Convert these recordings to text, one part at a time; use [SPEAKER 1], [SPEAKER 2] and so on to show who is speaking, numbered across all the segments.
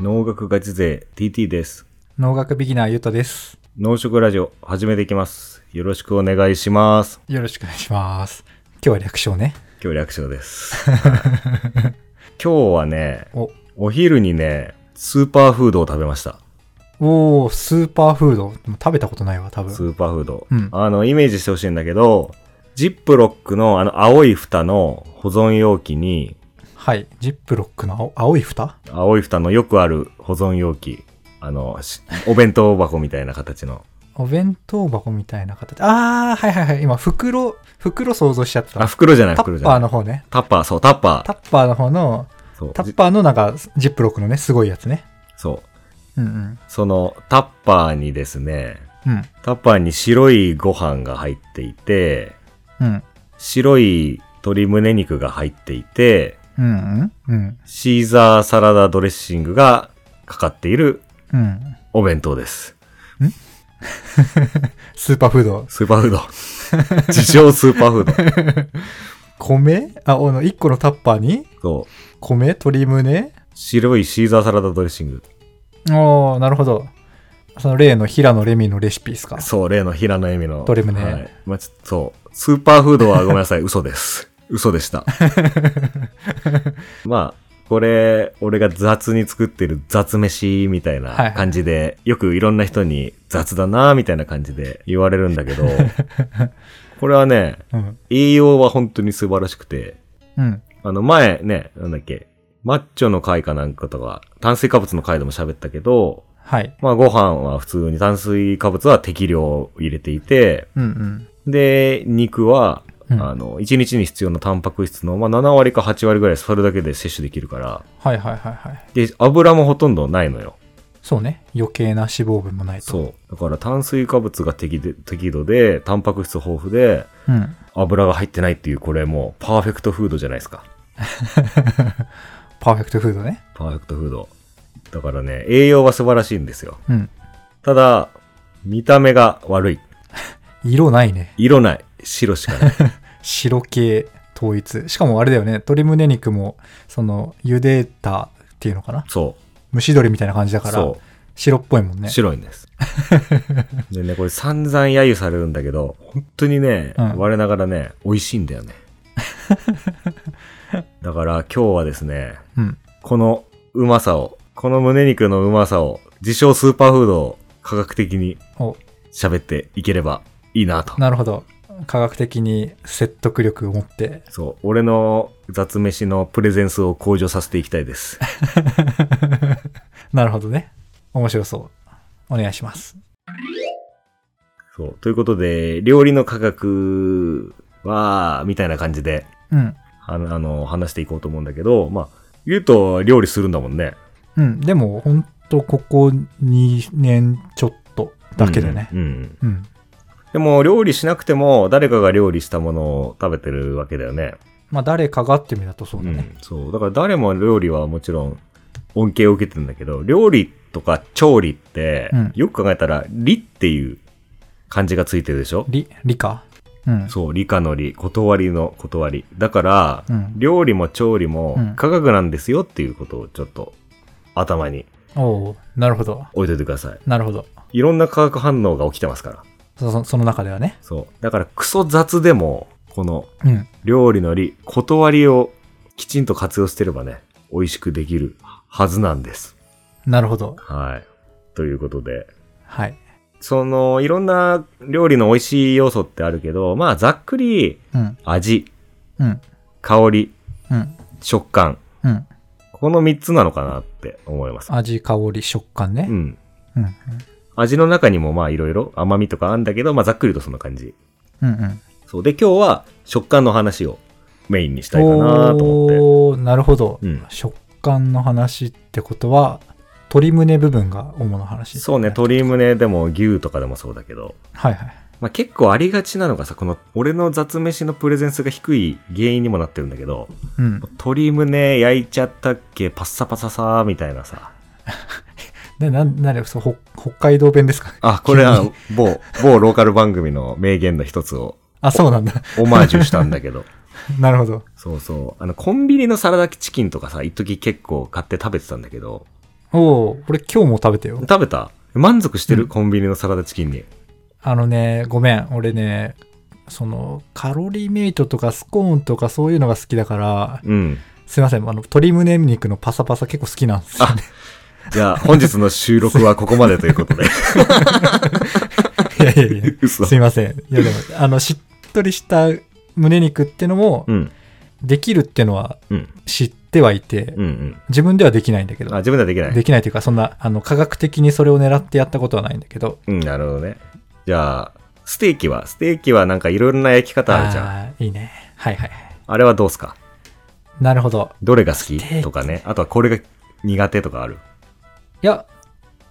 [SPEAKER 1] 農学ガチ勢 TT です。
[SPEAKER 2] 農学ビギナーゆうとです。
[SPEAKER 1] 農食ラジオ始めていきます。よろしくお願いします。
[SPEAKER 2] よろしくお願いします。今日は略称ね。
[SPEAKER 1] 今日略称 です。はい今日はね、
[SPEAKER 2] お、
[SPEAKER 1] お昼にね、スーパーフードを食べました。
[SPEAKER 2] おー、スーパーフード。でも食べたことないわ、多
[SPEAKER 1] ス
[SPEAKER 2] 分。
[SPEAKER 1] ーパーフード。
[SPEAKER 2] うん
[SPEAKER 1] あの、イメージしてほしいんだけど、ジップロックのあの青い蓋の保存容器に、
[SPEAKER 2] はい。ジップロックの青青い蓋
[SPEAKER 1] 青い蓋のよくある保存容器。あの、しお弁当箱みたいな形の。
[SPEAKER 2] お弁当箱みたいな形。あー、はいはいはい。今、袋、袋想像しちゃって
[SPEAKER 1] あ、
[SPEAKER 2] た。
[SPEAKER 1] 袋じゃない、
[SPEAKER 2] タ
[SPEAKER 1] 袋
[SPEAKER 2] ッ
[SPEAKER 1] じゃ
[SPEAKER 2] パー
[SPEAKER 1] ない。
[SPEAKER 2] の方ね。
[SPEAKER 1] タッパー、そう、タッパー。
[SPEAKER 2] タッパーの方の、
[SPEAKER 1] そう
[SPEAKER 2] タッパーのなんか、ジップロックのね、すごいやつね。
[SPEAKER 1] そう。
[SPEAKER 2] うんうん。
[SPEAKER 1] そのタッパーにですね、
[SPEAKER 2] うん。
[SPEAKER 1] タッパーに白いご飯が入っていて、
[SPEAKER 2] うん。
[SPEAKER 1] 白い鶏胸肉が入っていて、
[SPEAKER 2] うんうん。うん。
[SPEAKER 1] シーザーサラダドレッシングがかかっている
[SPEAKER 2] うん。
[SPEAKER 1] お弁当です。
[SPEAKER 2] スーパーフード。
[SPEAKER 1] スーパーフード。自称スーパーフー
[SPEAKER 2] 米あ、おの、1個のタッパーに、
[SPEAKER 1] ド。そう。
[SPEAKER 2] 米、鶏胸、
[SPEAKER 1] 白いシーザーサラダドレッシング。
[SPEAKER 2] おー、なるほど。その例の平野レミのレシピですか。
[SPEAKER 1] そう、例の平野恵美の。
[SPEAKER 2] どれもね
[SPEAKER 1] はいまあ、ちょっと、そう。スーパーフードはごめんなさい、 嘘です。嘘でした。 まあ、これ、俺が雑に作ってる雑飯みたい
[SPEAKER 2] は
[SPEAKER 1] ない感じで、よくいろんな人に雑だなみたいな感じで言われるんだ けど、これはね、
[SPEAKER 2] うん。
[SPEAKER 1] 栄養は本当に素晴らしくて、
[SPEAKER 2] うん。
[SPEAKER 1] あの前ね、なんだっけ、マッチョの回かなんかとか、炭水化物の回でも喋ったけど、
[SPEAKER 2] はい。
[SPEAKER 1] まあご飯は普通に炭水化物は適量入れていて、
[SPEAKER 2] うんうん。
[SPEAKER 1] で、肉は、
[SPEAKER 2] うん
[SPEAKER 1] あの、1日に必要なタンパク質の、まあ、7割か8割ぐらいそれだけで摂取できるから、
[SPEAKER 2] はいはいはいはい。
[SPEAKER 1] で、油もほとんどないのよ。
[SPEAKER 2] そうね。余計な脂肪分もないと。
[SPEAKER 1] そう。だから炭水化物が適で適度で、タンパク質豊富で、
[SPEAKER 2] う。うん。
[SPEAKER 1] 油が入ってないっていう、これもうパーフェクトフードじゃないですか。
[SPEAKER 2] パーフェクトフードね。
[SPEAKER 1] パーフェクトフード。だからね、栄養は素晴らしいんですよ。
[SPEAKER 2] うん。
[SPEAKER 1] ただ、見た目が悪い。
[SPEAKER 2] 色ないね。
[SPEAKER 1] 色ない。白しかない。
[SPEAKER 2] 白系統一。しかもあれだよね。鶏胸肉も、その、茹でたっていうのかな。
[SPEAKER 1] そ
[SPEAKER 2] 蒸し鶏みたいな感じだ
[SPEAKER 1] う。
[SPEAKER 2] から
[SPEAKER 1] そう。、
[SPEAKER 2] 白っぽいもんね。
[SPEAKER 1] 白いん です。でね、これ散々揶揄されるんだけど、本当にね、
[SPEAKER 2] うん
[SPEAKER 1] 我ながらね、美味しいんだ よね。だから今日はですね、
[SPEAKER 2] うん。
[SPEAKER 1] このうまさを、この胸肉のうまさを、自称スーパーフードを科学的に
[SPEAKER 2] お、
[SPEAKER 1] 喋っていければいいなと。
[SPEAKER 2] なるほど。科学的に説得力を 持って。
[SPEAKER 1] そう、俺の雑飯のプレゼンスを向上させていきたい です。
[SPEAKER 2] なるほどね。面白そう。お願いします。
[SPEAKER 1] そう、ということで、料理の科学は、みたいな感じで、
[SPEAKER 2] うん。
[SPEAKER 1] あの、あの話していこうと思うんだけど、まあ、言うと料理するんだもんね。
[SPEAKER 2] うん、でもほんとここ2年ちょっとだけでね。
[SPEAKER 1] うん。うん
[SPEAKER 2] うん。
[SPEAKER 1] でも、料理しなくても、誰かが料理したものを食べてるわけだよね。
[SPEAKER 2] まあ誰かがって意味だとそうだね。
[SPEAKER 1] ん。そう。だから誰も料理はもちろん恩恵を受けてるんだけど、料理とか調理って、
[SPEAKER 2] うん
[SPEAKER 1] よく考えたら、理っていう漢字がついてるでしょ
[SPEAKER 2] 理、理科うん。
[SPEAKER 1] そう、理科の理、断りの断り。だから、
[SPEAKER 2] うん。
[SPEAKER 1] 料理も調理も
[SPEAKER 2] うん
[SPEAKER 1] 科学なんですよっていうことをちょっと頭に
[SPEAKER 2] おうなるほど。
[SPEAKER 1] 置いといてください。
[SPEAKER 2] なるほど。
[SPEAKER 1] いろんな化学反応が起きてますから。
[SPEAKER 2] そそその中ではね。
[SPEAKER 1] そう。だからクソ雑でも、この
[SPEAKER 2] うん。
[SPEAKER 1] 料理の理、断りをきちんと活用してればね、美味しくできるはずなんです。
[SPEAKER 2] なるほど。
[SPEAKER 1] はい。ということで、
[SPEAKER 2] はい。
[SPEAKER 1] その、いろんな料理の美味しい要素ってあるけど、まあ、ざっくり、
[SPEAKER 2] うん。
[SPEAKER 1] 味、
[SPEAKER 2] うん。
[SPEAKER 1] 香り、
[SPEAKER 2] うん。
[SPEAKER 1] 食感、
[SPEAKER 2] うん。
[SPEAKER 1] この3つなのかなって思います。
[SPEAKER 2] 味、香り、食感ね
[SPEAKER 1] う。ん。
[SPEAKER 2] うん。うん。
[SPEAKER 1] 味の中にもまあいろいろ甘みとかあんだけど、まあざっくりとそんな感じ。
[SPEAKER 2] うん。
[SPEAKER 1] そう。で、今日は食感の話をメインにし
[SPEAKER 2] う
[SPEAKER 1] た
[SPEAKER 2] ん。
[SPEAKER 1] いかなと思って。
[SPEAKER 2] おーなるほど
[SPEAKER 1] うん。
[SPEAKER 2] 食感の話ってことは、鶏胸部分が主な 話。
[SPEAKER 1] そうね、。鶏胸でも牛とかでもそうだけど、
[SPEAKER 2] はいはい。
[SPEAKER 1] まあ、結構ありがちなのがさ、この俺の雑飯のプレゼンスが低い原因にもなってるんだけど、
[SPEAKER 2] うん。
[SPEAKER 1] 鶏胸焼いちゃったっけ、パッサパサさーみたいなさ。
[SPEAKER 2] で、なん、なんで、そう、ほ北海道弁ですか
[SPEAKER 1] あ、これは某、某ローカル番組の名言の一つを
[SPEAKER 2] あ、そうな んだ。
[SPEAKER 1] オマージュしたんだけ ど。
[SPEAKER 2] なるほど。
[SPEAKER 1] そうそう。あの、コンビニのサラダチキンとかさ、一時結構買って食べてたんだけど、
[SPEAKER 2] おお、俺今日も食べてよ。
[SPEAKER 1] 食べた満足してる、
[SPEAKER 2] うん
[SPEAKER 1] コンビニのサラダチキンに。
[SPEAKER 2] あのね、ごめん、俺ね、そのカロリーメイトとかスコーンとかそういうのが好きだから、
[SPEAKER 1] うん。
[SPEAKER 2] すいません、あの鶏胸肉のパサパサ結構好きなんですよね。
[SPEAKER 1] じゃあ、本日の収録はここまでということで。
[SPEAKER 2] いやいやいや、
[SPEAKER 1] 嘘。
[SPEAKER 2] すいません。いやでも、あの、しっとりした胸肉ってのも
[SPEAKER 1] うん。
[SPEAKER 2] できるってのは
[SPEAKER 1] うん。
[SPEAKER 2] 知ってはいて、
[SPEAKER 1] うん。
[SPEAKER 2] 自分ではできないんだけ
[SPEAKER 1] う
[SPEAKER 2] ど
[SPEAKER 1] ん。あ、、自分ではできない。
[SPEAKER 2] できないというか、そんな、あの、科学的にそれを狙ってやったことはないんだけど、
[SPEAKER 1] うん、なるほどね。じゃあ、ステーキはステーキはなんかいろいろな焼き方あるじゃん。あ
[SPEAKER 2] あーいいね。はいはいはい。
[SPEAKER 1] れはどうすか
[SPEAKER 2] なるほど。
[SPEAKER 1] どれが好
[SPEAKER 2] ステーキ
[SPEAKER 1] きとかね。あとはこれが苦手とかある。
[SPEAKER 2] いや、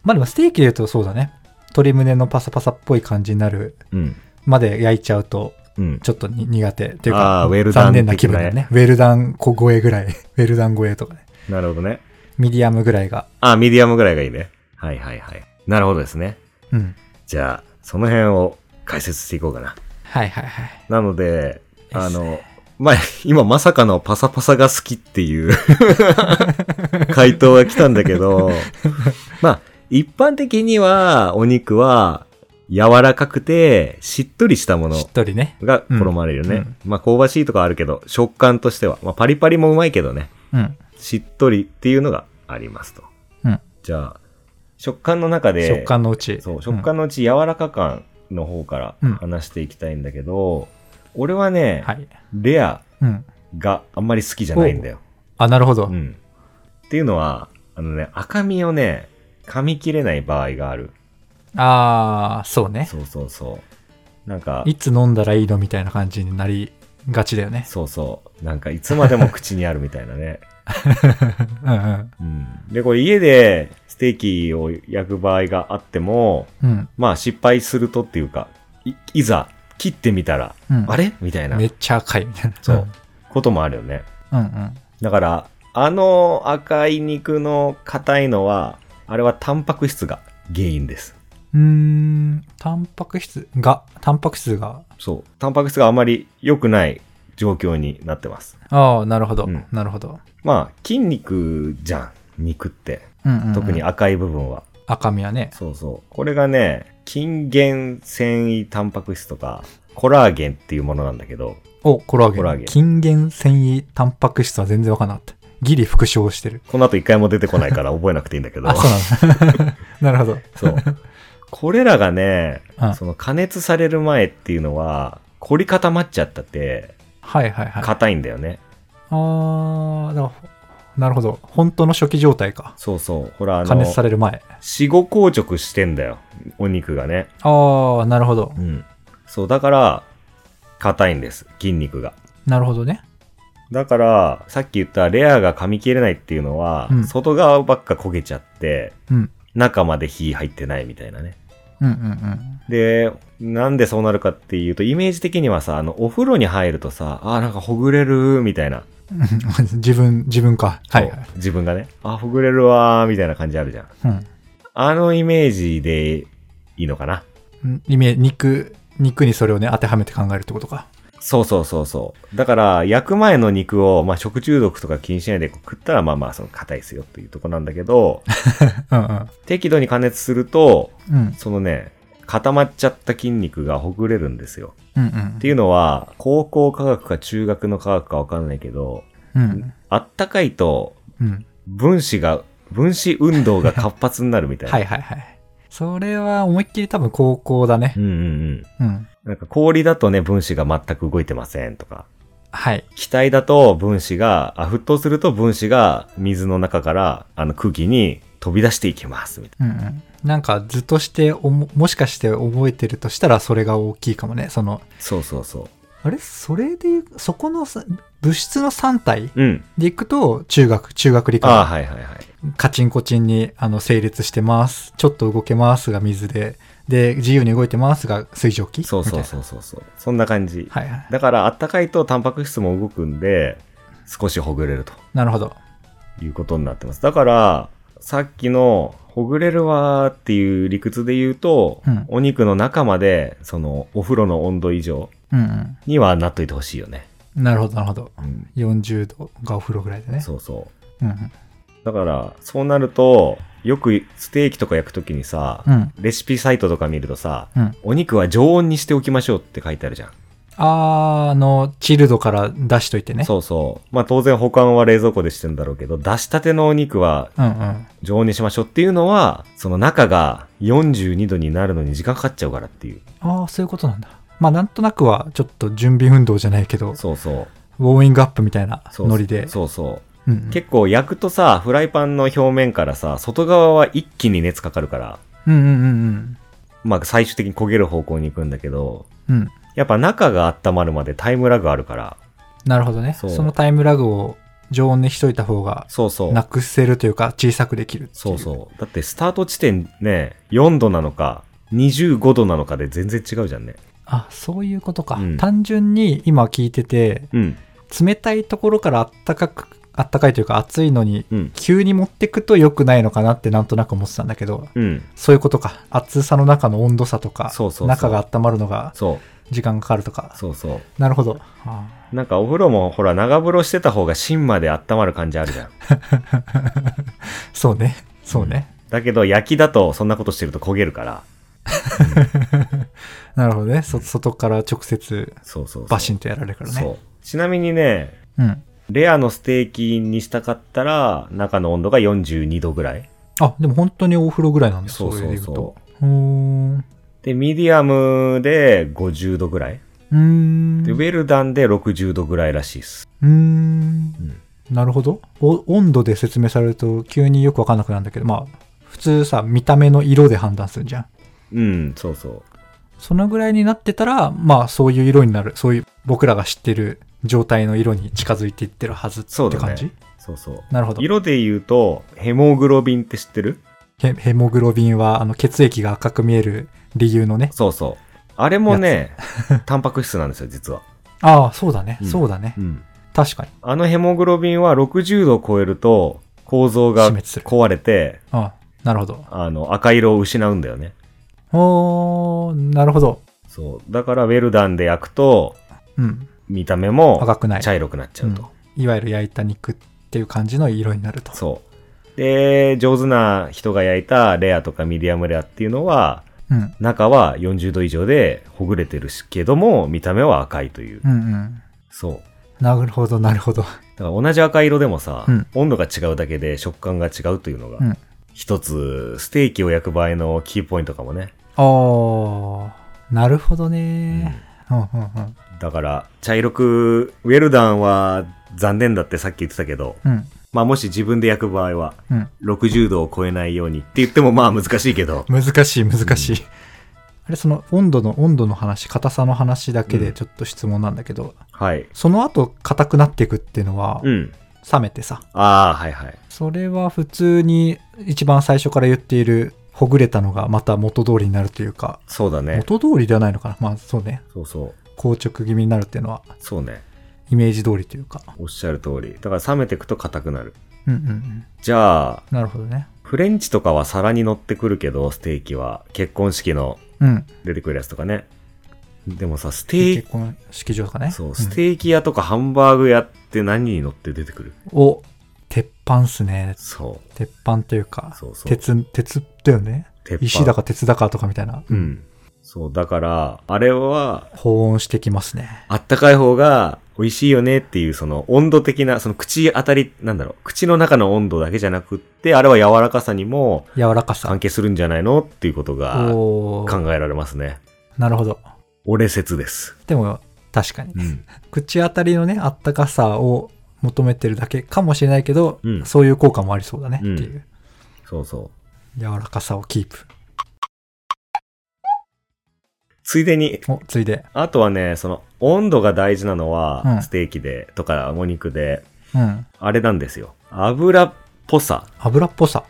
[SPEAKER 2] まあでもステーキで言うとそうだね。鶏胸のパサパサっぽい感じになる
[SPEAKER 1] うん。ま
[SPEAKER 2] まで焼いちゃうと、
[SPEAKER 1] うん。
[SPEAKER 2] ちょっとに苦手っていうか、
[SPEAKER 1] あーウェルダン
[SPEAKER 2] 残念な気分だ
[SPEAKER 1] 的な
[SPEAKER 2] ね。ウェルダン小超えぐらい。 ウェルダン超えとかね。
[SPEAKER 1] なるほどね。
[SPEAKER 2] ミディアムぐらいが。
[SPEAKER 1] あ、ミディアムぐらいがいいね。はいはいはい。なるほどですね。
[SPEAKER 2] うん。
[SPEAKER 1] じゃあ、その辺を解説していこうかな。
[SPEAKER 2] はいはいはい。
[SPEAKER 1] なので、
[SPEAKER 2] す
[SPEAKER 1] あの、まあ、今まさかのパサパサが好きっていう 回答が来たんだけど、まあ、一般的にはお肉は柔らかくてしっとりしたもの
[SPEAKER 2] しっとりね。
[SPEAKER 1] が好まれるよね。
[SPEAKER 2] うん
[SPEAKER 1] まあ、香ばしいとかあるけど、食感としては、まあ、パリパリもうまいけどね、
[SPEAKER 2] うん。
[SPEAKER 1] しっとりっていうのがありますと。
[SPEAKER 2] うん。
[SPEAKER 1] じゃあ、食感の中で、
[SPEAKER 2] 食感のうち。
[SPEAKER 1] そ
[SPEAKER 2] ん
[SPEAKER 1] う、食感のうち柔らか感の方か
[SPEAKER 2] うん
[SPEAKER 1] ら話していきたいんだけど、俺はね、
[SPEAKER 2] はい。
[SPEAKER 1] レア
[SPEAKER 2] うん。
[SPEAKER 1] があんまり好きじゃないんだよ。
[SPEAKER 2] あ、なるほど。
[SPEAKER 1] うん。っていうのは、あのね、赤身をね、噛み切れない場合がある。
[SPEAKER 2] ああ、そうね。
[SPEAKER 1] そうそうそう。なんか、
[SPEAKER 2] いつ飲んだらいいのみたいな感じになりがちだよね。
[SPEAKER 1] そうそう。なんか、いつまでも口にあるみたいな ね。
[SPEAKER 2] うんうん。
[SPEAKER 1] うん。で、これ家でステーキを焼く場合があっても、
[SPEAKER 2] うん。
[SPEAKER 1] まあ失敗するとっていうか、いいざ切ってみたら、
[SPEAKER 2] うん
[SPEAKER 1] あれみたいな
[SPEAKER 2] めっちゃ赤いみたいな。
[SPEAKER 1] そう。こともあるよね。
[SPEAKER 2] うんうん。
[SPEAKER 1] だから、あの赤い肉の硬いのは、あれはタンパク質が原因です。
[SPEAKER 2] うーん、タンパク質が、タンパク質が、
[SPEAKER 1] そう。タンパク質があまり良くない状況になってます。
[SPEAKER 2] ああ、なるほど、
[SPEAKER 1] うん
[SPEAKER 2] なるほど。
[SPEAKER 1] まあ、筋肉じゃん。肉って。
[SPEAKER 2] うんうんうん
[SPEAKER 1] 特に赤い部分は。
[SPEAKER 2] 赤身はね。
[SPEAKER 1] そうそう。これがね、筋原繊維タンパク質とか、コラーゲンっていうものなんだけど、
[SPEAKER 2] お、コラーゲン。
[SPEAKER 1] コラーゲン
[SPEAKER 2] 筋原繊維タンパク質は全然わかんなかった。ギリ復唱してる。
[SPEAKER 1] この後一回も出てこない から覚えなくていいんだけど
[SPEAKER 2] あ、。そうなんだ。 なるほど。
[SPEAKER 1] そう。これらがね、
[SPEAKER 2] うん
[SPEAKER 1] その加熱される前っていうのは、凝り固まっちゃったって、
[SPEAKER 2] はいはいはい。あ
[SPEAKER 1] 硬いんだよね。
[SPEAKER 2] あななるほど。本当の初期状態か。
[SPEAKER 1] そうそう。ほら、あ
[SPEAKER 2] 加
[SPEAKER 1] の
[SPEAKER 2] 熱、される前。
[SPEAKER 1] 死後硬直してんだよ。お肉がね。
[SPEAKER 2] ああ、なるほど。
[SPEAKER 1] うん。そう、だから、硬いんです。筋肉が。
[SPEAKER 2] なるほどね。
[SPEAKER 1] だから、さっき言ったレアが噛み切れないっていうのは、
[SPEAKER 2] うん
[SPEAKER 1] 外側ばっか焦げちゃって、
[SPEAKER 2] うん。
[SPEAKER 1] 中まで火入ってないみたいなね。
[SPEAKER 2] うんうんうん。
[SPEAKER 1] で、なんでそうなるかっていうと、イメージ的にはさ、あの、お風呂に入るとさ、あー、なんかほぐれる、みたいな。
[SPEAKER 2] 自分、自分か。はいはい
[SPEAKER 1] そう。自分がね、あー、ほぐれるわー、みたいな感じあるじゃん。
[SPEAKER 2] うん
[SPEAKER 1] あのイメージでいいのかな。
[SPEAKER 2] うん。イメージ肉、肉にそれをね、当てはめて考えるってことか。
[SPEAKER 1] そうそうそうそう。だから、焼く前の肉を、まあ、食中毒とか気にしないで食ったら、まあまあ、その、硬いですよっていうとこなんだけど、
[SPEAKER 2] うんうん。
[SPEAKER 1] 適度に加熱すると、
[SPEAKER 2] うん。
[SPEAKER 1] そのね、固まっちゃった筋肉がほぐれるんですよ。
[SPEAKER 2] うんうん。
[SPEAKER 1] っていうのは、高校科学か中学の科学かわかんないけど、
[SPEAKER 2] うん。
[SPEAKER 1] あったかいと
[SPEAKER 2] うん。
[SPEAKER 1] 分子が、分子運動が活発になるみたいな。
[SPEAKER 2] はいはいはい。それは思いっきり多分高校だね
[SPEAKER 1] う。んうんうん。
[SPEAKER 2] うん。
[SPEAKER 1] なんか氷だとね、分子が全く動いてませんとか。
[SPEAKER 2] はい。
[SPEAKER 1] 気体だと分子が、あ、沸騰すると分子が水の中からあの空気に飛び出していきますみたい
[SPEAKER 2] うんうん。なんか図としておも、もしかして覚えてるとしたらそれが大きいかもね。その、
[SPEAKER 1] な。そうそうそ
[SPEAKER 2] あれそれでいう、そこのさ物質の3体
[SPEAKER 1] う。うん。
[SPEAKER 2] でいくと、中学、中学理
[SPEAKER 1] ああ、
[SPEAKER 2] 科、
[SPEAKER 1] はいはいはい。
[SPEAKER 2] カチンコチンにあの整列してます。ちょっと動けますが水で、で、自由に動いてますが水蒸気
[SPEAKER 1] そうそう
[SPEAKER 2] みたい
[SPEAKER 1] そうそう そう。そんな感じ。
[SPEAKER 2] なはいはい。
[SPEAKER 1] だから、あったかいとタンパク質も動くんで、少しほぐれると
[SPEAKER 2] なるほど。
[SPEAKER 1] いうことになってます。だから、さっきの、ほぐれるわーっていう理屈で言うと、
[SPEAKER 2] うん
[SPEAKER 1] お肉の中まで、その、お風呂の温度以上
[SPEAKER 2] うん
[SPEAKER 1] にはなっといてほしいよね。
[SPEAKER 2] うん。なるほど、なるほど。
[SPEAKER 1] うん。
[SPEAKER 2] 40度がお風呂ぐらいでね。
[SPEAKER 1] そうそう。
[SPEAKER 2] うんうん。
[SPEAKER 1] だから、そうなると、よくステーキとか焼くときにさ、
[SPEAKER 2] うん。
[SPEAKER 1] レシピサイトとか見るとさ、
[SPEAKER 2] うん
[SPEAKER 1] お肉は常温にしておきましょうって書いてあるじゃん。
[SPEAKER 2] あーあの、チルドから出しといてね。
[SPEAKER 1] そうそう。まあ当然保管は冷蔵庫でしてんだろうけど、出したてのお肉は
[SPEAKER 2] うんうん。
[SPEAKER 1] 常温にしましょうっていうのは、その中が42度になるのに時間かかっちゃうからっていう。
[SPEAKER 2] ああ、そういうことなんだ。まあ、なんとなくは、ちょっと準備運動じゃないけど、ウォ
[SPEAKER 1] そうそう。
[SPEAKER 2] ーミングアップみたいな
[SPEAKER 1] そう
[SPEAKER 2] ノリで。
[SPEAKER 1] そうそう。
[SPEAKER 2] うんうん
[SPEAKER 1] 結構焼くとさ、フライパンの表面からさ、外側は一気に熱かかるから、
[SPEAKER 2] うんうんうん
[SPEAKER 1] まあ最終的に焦げる方向に行くんだけど、
[SPEAKER 2] うん。うん。
[SPEAKER 1] やっぱ中が温まるまでタイムラグあるから、
[SPEAKER 2] なるほどね。
[SPEAKER 1] そ
[SPEAKER 2] そうのタイムラグを常温にしといた方が、
[SPEAKER 1] そうそう。
[SPEAKER 2] なくせるというか、小さくできるっていう。
[SPEAKER 1] そうそう。だってスタート地点ね、4度なのか、25度なのかで全然違うじゃんね。
[SPEAKER 2] あ、そういうことか。
[SPEAKER 1] うん
[SPEAKER 2] 単純に今聞いてて、
[SPEAKER 1] うん。
[SPEAKER 2] 冷たいところからあったかく、あったかいというか暑いのに、
[SPEAKER 1] うん。
[SPEAKER 2] 急に持ってくと良くないのかなってなんとなく思ってたんだけど、
[SPEAKER 1] うん。
[SPEAKER 2] そういうことか。暑さの中の温度差とか、
[SPEAKER 1] そうそうそう
[SPEAKER 2] 中が温まるのが
[SPEAKER 1] そう。
[SPEAKER 2] 時間かかるとか。
[SPEAKER 1] そうそ
[SPEAKER 2] なるほど。あ
[SPEAKER 1] う。なんかお風呂もほら長風呂してた方が芯まで温まる感じある じゃん。
[SPEAKER 2] ーそうね。そうね。
[SPEAKER 1] だけど焼きだとそんなことしてると焦げるから。
[SPEAKER 2] なるほどね。そ外から直接
[SPEAKER 1] そうそうそう。
[SPEAKER 2] バシンとやられるからね。
[SPEAKER 1] そう。ちなみにね、
[SPEAKER 2] うん。
[SPEAKER 1] レアのステーキにしたかったら、中の温度が42度ぐらい。
[SPEAKER 2] あ、でも本当にお風呂ぐらいなんだ。
[SPEAKER 1] そうそうそう
[SPEAKER 2] れで言とうーん。う
[SPEAKER 1] で、ミディアムで50度ぐらい。
[SPEAKER 2] ーん。
[SPEAKER 1] で、ウェルダンで60度ぐらいらしいです。
[SPEAKER 2] うーん
[SPEAKER 1] うん。
[SPEAKER 2] なるほど。お温度で説明されると急によくわかんなくなるんだけど、まあ、普通さ、見た目の色で判断するじゃん。
[SPEAKER 1] うん、そうそう。
[SPEAKER 2] そのぐらいになってたら、まあ、そういう色になる。そういう、僕らが知ってる状態の色に近づいていってるはずって
[SPEAKER 1] そうだね
[SPEAKER 2] 感じ、
[SPEAKER 1] そうそう。
[SPEAKER 2] なるほど。
[SPEAKER 1] 色で言うと、ヘモグロビンって知ってる
[SPEAKER 2] ヘヘモグロビンは、あの、血液が赤く見える理由のね。
[SPEAKER 1] そうそう。あれもね、 タンパク質なんですよ、実は。
[SPEAKER 2] ああ、そうだね。
[SPEAKER 1] うん
[SPEAKER 2] そうだね。
[SPEAKER 1] うん。
[SPEAKER 2] 確かに。
[SPEAKER 1] あのヘモグロビンは60度を超えると、構造が
[SPEAKER 2] 死滅する
[SPEAKER 1] 壊れて、
[SPEAKER 2] ああ、なるほど。
[SPEAKER 1] あの、赤色を失うんだよね。
[SPEAKER 2] おー、なるほど。
[SPEAKER 1] そう。だから、ウェルダンで焼くと、
[SPEAKER 2] うん。
[SPEAKER 1] 見た目も
[SPEAKER 2] 赤くない。
[SPEAKER 1] 茶色くなっちゃうと。
[SPEAKER 2] うんいわゆる焼いた肉っていう感じの色になると。
[SPEAKER 1] そう。で、上手な人が焼いたレアとかミディアムレアっていうのは、
[SPEAKER 2] うん。
[SPEAKER 1] 中は40度以上でほぐれてるしけども、見た目は赤いという。
[SPEAKER 2] うんうん。
[SPEAKER 1] そう。
[SPEAKER 2] なるほど、なるほど。
[SPEAKER 1] だから同じ赤色でもさ、
[SPEAKER 2] うん
[SPEAKER 1] 温度が違うだけで食感が違うというのが、
[SPEAKER 2] うん
[SPEAKER 1] 一つ、ステーキを焼く場合のキーポイントかもね。
[SPEAKER 2] おー、なるほどね。うんうんうん。
[SPEAKER 1] だから、茶色く、ウェルダンは残念だってさっき言ってたけど、
[SPEAKER 2] うん。
[SPEAKER 1] まあもし自分で焼く場合は、
[SPEAKER 2] うん。
[SPEAKER 1] 60度を超えないようにって言ってもまあ難しいけど、
[SPEAKER 2] 難しい難しい、あれその温度の温度の話硬さの話だけ
[SPEAKER 1] う
[SPEAKER 2] で
[SPEAKER 1] ん
[SPEAKER 2] ちょっと質問なんだけど、
[SPEAKER 1] はい。
[SPEAKER 2] その後硬くなっていくっていうのは、
[SPEAKER 1] うん。
[SPEAKER 2] 冷めてさ
[SPEAKER 1] ああ、はいはい。
[SPEAKER 2] それは普通に一番最初から言っているほぐれたのがまた元通りになるというか、
[SPEAKER 1] そうだね。
[SPEAKER 2] 元通りではないのかなまあそうね
[SPEAKER 1] そうそう。
[SPEAKER 2] 硬直気味になるっていうのは
[SPEAKER 1] そうね。
[SPEAKER 2] イメージ通りというか
[SPEAKER 1] おっしゃる通り。だから冷めてくと硬くなる。
[SPEAKER 2] うんうんうん
[SPEAKER 1] じゃあ、
[SPEAKER 2] なるほどね
[SPEAKER 1] フレンチとかは皿に乗ってくるけど、ステーキは。結婚式の
[SPEAKER 2] うん
[SPEAKER 1] 出てくるやつとかね。でもさ、ステー
[SPEAKER 2] 結
[SPEAKER 1] キ、
[SPEAKER 2] 婚式場とかね
[SPEAKER 1] そう、
[SPEAKER 2] ん
[SPEAKER 1] ステーキ屋とかハンバーグ屋って何に乗って出てくる
[SPEAKER 2] お鉄板っすね
[SPEAKER 1] そ
[SPEAKER 2] 鉄板というか
[SPEAKER 1] そうそう
[SPEAKER 2] 鉄鉄だよね
[SPEAKER 1] う、鉄板。
[SPEAKER 2] 石だか鉄だかとかみたいな、
[SPEAKER 1] うん。そう、だから、あれは、
[SPEAKER 2] 保温してきますね
[SPEAKER 1] あったかい方が美味しいよねっていう、その温度的な、その口当たり、なんだろう、口の中の温度だけじゃなくって、あれは柔らかさにも
[SPEAKER 2] 柔らかさ
[SPEAKER 1] 関係するんじゃないのっていうことが
[SPEAKER 2] おー
[SPEAKER 1] 考えられますね。
[SPEAKER 2] なるほど
[SPEAKER 1] 俺説です。
[SPEAKER 2] でも確かに口当たりのねあったかさを求めてるだけかもしれないけど、
[SPEAKER 1] うん
[SPEAKER 2] そういう効果もありそうだねって
[SPEAKER 1] うん
[SPEAKER 2] いう、
[SPEAKER 1] そうそう。
[SPEAKER 2] 柔らかさをキープ
[SPEAKER 1] ついでに、
[SPEAKER 2] おついで
[SPEAKER 1] あとはね、その温度が大事なのは、
[SPEAKER 2] うん
[SPEAKER 1] ステーキでとかお肉で、
[SPEAKER 2] うん
[SPEAKER 1] あれなんですよ。油っぽさ。
[SPEAKER 2] 油っぽさ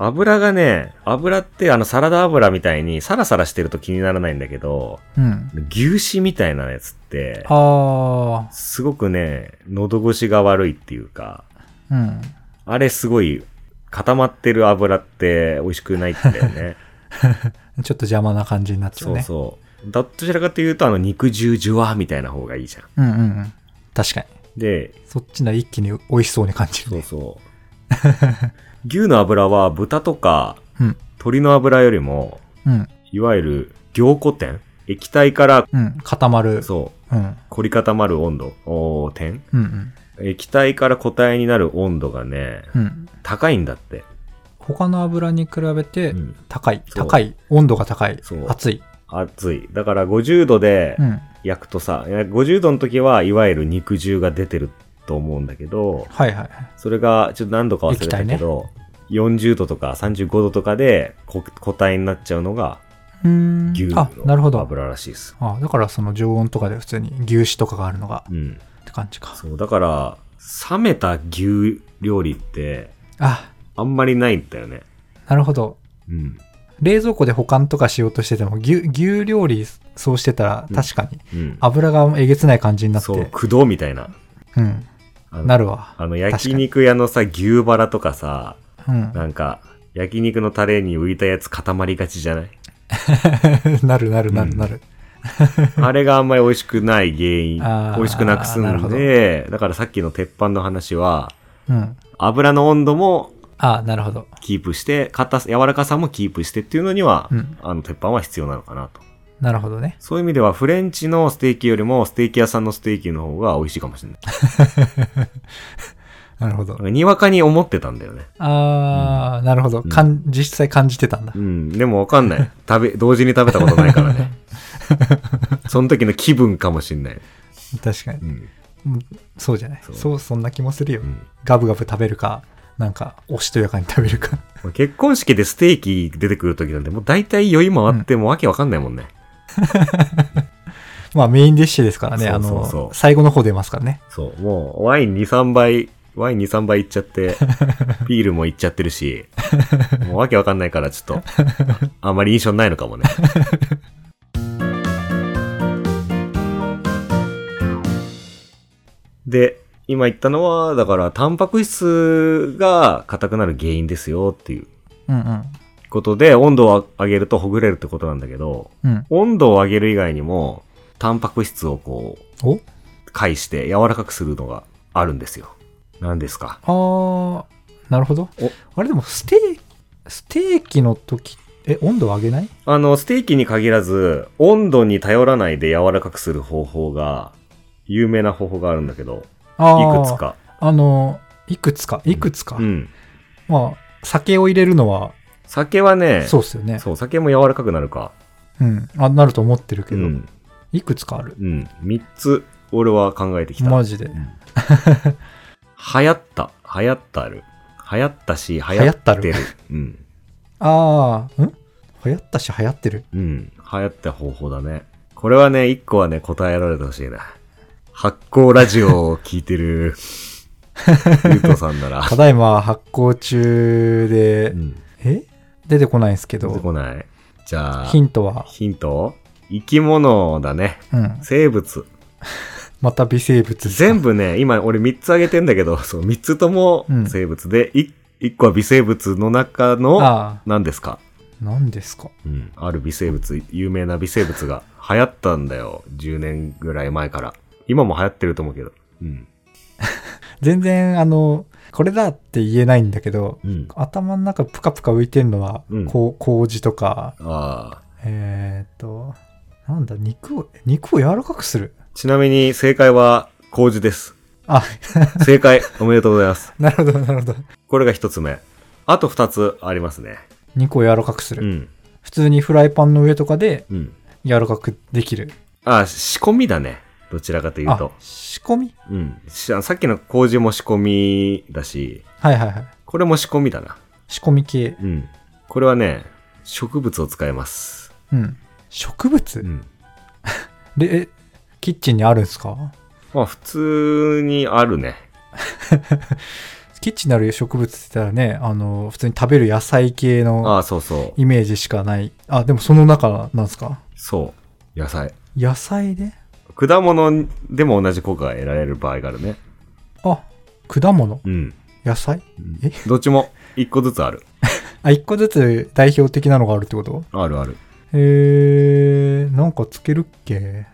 [SPEAKER 1] 油がね、油ってあのサラダ油みたいにサラサラしてると気にならないんだけど、
[SPEAKER 2] うん
[SPEAKER 1] 牛脂みたいなやつって、
[SPEAKER 2] あ
[SPEAKER 1] すごくね、喉越しが悪いっていうか、
[SPEAKER 2] ーうん
[SPEAKER 1] あれすごい固まってる油って美味しくないんだよ ね。
[SPEAKER 2] ちょっと邪魔な感じになっちゃ
[SPEAKER 1] そうう
[SPEAKER 2] ね
[SPEAKER 1] そう。だどちらかというと、あの、肉汁ジュワーみたいな方がいいじゃん。
[SPEAKER 2] うんうんうん確かに
[SPEAKER 1] で、
[SPEAKER 2] そっちなら一気に美味しそうに感じる
[SPEAKER 1] そう
[SPEAKER 2] ね
[SPEAKER 1] そ 牛の油は豚とか
[SPEAKER 2] うん
[SPEAKER 1] 鶏の油よりも、
[SPEAKER 2] うん。
[SPEAKER 1] いわゆる凝固点液体から、
[SPEAKER 2] うん。固まる。
[SPEAKER 1] そう、
[SPEAKER 2] うん。うん。
[SPEAKER 1] 凝り固まる温度、おー点
[SPEAKER 2] うん。
[SPEAKER 1] 液体から固体になる温度がね、
[SPEAKER 2] うん。
[SPEAKER 1] 高いんだって。
[SPEAKER 2] 他の油に比べて
[SPEAKER 1] うん
[SPEAKER 2] 高い。
[SPEAKER 1] そう
[SPEAKER 2] 高い。温度が高い
[SPEAKER 1] そう。
[SPEAKER 2] 熱い。
[SPEAKER 1] 熱い。だから50度で
[SPEAKER 2] うん。
[SPEAKER 1] 焼くとさ、いや50度の時はいわゆる肉汁が出てると思うんだけど、
[SPEAKER 2] はいはい。
[SPEAKER 1] それがちょっと何度か忘れたけど、40度とか35度とかでこ固体になっちゃうのが
[SPEAKER 2] うーん
[SPEAKER 1] 牛。
[SPEAKER 2] あ、なるほ
[SPEAKER 1] の
[SPEAKER 2] ど。
[SPEAKER 1] 油らしいです。
[SPEAKER 2] あ、だからその常温とかで普通に牛脂とかがあるのが
[SPEAKER 1] うん。
[SPEAKER 2] って感じか。
[SPEAKER 1] そう、だから、冷めた牛料理って
[SPEAKER 2] あ、
[SPEAKER 1] あんまりないんだよね。
[SPEAKER 2] なるほど。
[SPEAKER 1] うん。
[SPEAKER 2] 冷蔵庫で保管とかしようとしてても牛牛料理そうしてたら
[SPEAKER 1] うん
[SPEAKER 2] 確かに
[SPEAKER 1] うん。
[SPEAKER 2] 油がえげつない感じになって
[SPEAKER 1] そう、駆動みたいな。
[SPEAKER 2] うん
[SPEAKER 1] あの
[SPEAKER 2] なるわ
[SPEAKER 1] あの、焼肉屋のさ、牛バラとかさ、
[SPEAKER 2] うん
[SPEAKER 1] なんか、焼肉のタレに浮いたやつ固まりがちじゃない
[SPEAKER 2] なるなるなるなる
[SPEAKER 1] あれがあんまり美味しくない原因。
[SPEAKER 2] あー
[SPEAKER 1] 美味しくなくす
[SPEAKER 2] なる
[SPEAKER 1] ん
[SPEAKER 2] ほど
[SPEAKER 1] で、だからさっきの鉄板の話は、
[SPEAKER 2] うん、
[SPEAKER 1] 油の温度も
[SPEAKER 2] あなるほど
[SPEAKER 1] キープして、硬さ柔らかさもキープしてっていうのには、
[SPEAKER 2] うん
[SPEAKER 1] あの、鉄板は必要なのかなと。
[SPEAKER 2] なるほどね
[SPEAKER 1] そういう意味では、フレンチのステーキよりも、ステーキ屋さんのステーキの方が美味しいかもしれない。
[SPEAKER 2] なるほど、
[SPEAKER 1] なんかにわかに思ってたんだよね。
[SPEAKER 2] ああ、なるほど、
[SPEAKER 1] ん
[SPEAKER 2] かん実際感じてたんだ
[SPEAKER 1] う、ん、でもわかんない。 食べ、同時に食べたことないから ね。その時の気分かもしんない。
[SPEAKER 2] 確かに
[SPEAKER 1] うん。
[SPEAKER 2] そうじゃないそ
[SPEAKER 1] そうう
[SPEAKER 2] そんな気もするよ、
[SPEAKER 1] うん
[SPEAKER 2] ガブガブ食べるかなんかおしとやかに食べるか
[SPEAKER 1] まあ結婚式でステーキ出てくる時なんて、もう大体酔い回って、もうわけわかんないもんね。
[SPEAKER 2] まあメインディッシュですからね
[SPEAKER 1] そうそうそう
[SPEAKER 2] あの最後の方出ますからね
[SPEAKER 1] そう、もう、ワイン2、3杯、ワイン2、3杯いっちゃって、ビールもいっちゃってるし、もうわけわかんないから、ちょっと、あんまり印象ないのかもね。で、今言ったのは、だから、タンパク質が硬くなる原因ですよっていう
[SPEAKER 2] うんうん
[SPEAKER 1] ことで、温度を上げるとほぐれるってことなんだけど、
[SPEAKER 2] うん
[SPEAKER 1] 温度を上げる以外にも、タンパク質をこう、
[SPEAKER 2] お
[SPEAKER 1] 返して柔らかくするのがあるんですよ。何ですか
[SPEAKER 2] あー、なるほど
[SPEAKER 1] お。
[SPEAKER 2] あれでも、ステーキ、ステーキの時、え、温度上げない
[SPEAKER 1] あの、ステーキに限らず、温度に頼らないで柔らかくする方法が、有名な方法があるんだけど、い
[SPEAKER 2] あー
[SPEAKER 1] くつ。か。
[SPEAKER 2] あの、いくつか、いくつか。
[SPEAKER 1] うん。
[SPEAKER 2] まあ、酒を入れるのは、
[SPEAKER 1] 酒はね、
[SPEAKER 2] そうっすよね。
[SPEAKER 1] そう酒も柔らかくなるか。
[SPEAKER 2] うん。あ、なると思ってるけ
[SPEAKER 1] う
[SPEAKER 2] ど、
[SPEAKER 1] ん。
[SPEAKER 2] いくつかある。
[SPEAKER 1] うん。三つ、俺は考えてきた。
[SPEAKER 2] マジで
[SPEAKER 1] う。ん 流行った。流行ったる。流行ったし、流行ってる。
[SPEAKER 2] 流
[SPEAKER 1] うん。
[SPEAKER 2] あー、ん流行ったし、流行ってる。
[SPEAKER 1] うん。流行った方法だね。これはね、一個はね、答えられてほしいな。発酵ラジオを聞いて る、ゆうとさんなら。
[SPEAKER 2] ただいま発行中で、
[SPEAKER 1] うん。
[SPEAKER 2] え出てこないんですけ
[SPEAKER 1] 出て
[SPEAKER 2] ど、
[SPEAKER 1] こないじゃあ、
[SPEAKER 2] ヒントは、
[SPEAKER 1] ヒント生き物だね。
[SPEAKER 2] うん。
[SPEAKER 1] 生物。
[SPEAKER 2] また微生物。
[SPEAKER 1] 全部ね、今俺3つあげてんだけど、 そう、3つとも
[SPEAKER 2] うん
[SPEAKER 1] 生物で、い1個は微生物の中の、
[SPEAKER 2] あ
[SPEAKER 1] 何ですか
[SPEAKER 2] ー、何ですか。
[SPEAKER 1] うん。ある微生物、有名な微生物が流行ったんだよ。10年ぐらい前から。今も流行ってると思うけど。うん。
[SPEAKER 2] 全然あのこれだって言えないんだけど
[SPEAKER 1] うん。
[SPEAKER 2] 頭の中プカプカ浮いてんのは、
[SPEAKER 1] うん
[SPEAKER 2] こう麹とか
[SPEAKER 1] ああ。
[SPEAKER 2] えー、っとなんだ肉を肉を柔らかくする
[SPEAKER 1] ちなみに正解は麹です。
[SPEAKER 2] あ
[SPEAKER 1] 正 解、おめでとうございます。
[SPEAKER 2] なるほどなるほど
[SPEAKER 1] これが一つ目。あと二つありますね。
[SPEAKER 2] 肉を柔らかくす
[SPEAKER 1] う
[SPEAKER 2] る、
[SPEAKER 1] ん。
[SPEAKER 2] 普通にフライパンの上とかで
[SPEAKER 1] うん。
[SPEAKER 2] 柔らかくできる
[SPEAKER 1] あ、仕込みだね。どちらかという
[SPEAKER 2] あ
[SPEAKER 1] と。
[SPEAKER 2] 仕込み
[SPEAKER 1] うん。しさっきの麹も仕込みだし、
[SPEAKER 2] はいはいはい
[SPEAKER 1] これも仕込みだな。
[SPEAKER 2] 仕込み系
[SPEAKER 1] うん。これはね、植物を使います。
[SPEAKER 2] うん植物、
[SPEAKER 1] うん。
[SPEAKER 2] でえキッチンにあるんですか
[SPEAKER 1] まあ普通にあるね。
[SPEAKER 2] キッチンにある植物って言ったらねあの普通に食べる野菜系の
[SPEAKER 1] ああ、そうそう。
[SPEAKER 2] イメージしかないあでもその中なんですか
[SPEAKER 1] そう。野菜。
[SPEAKER 2] 野菜で
[SPEAKER 1] 果物でも同じ効果が得られる場合があるね。
[SPEAKER 2] あ果物
[SPEAKER 1] うん。
[SPEAKER 2] 野菜え
[SPEAKER 1] どっちも一個ずつある。
[SPEAKER 2] あ一個ずつ代表的なのがあるってこと
[SPEAKER 1] あるある。
[SPEAKER 2] へえなんかつけるっけ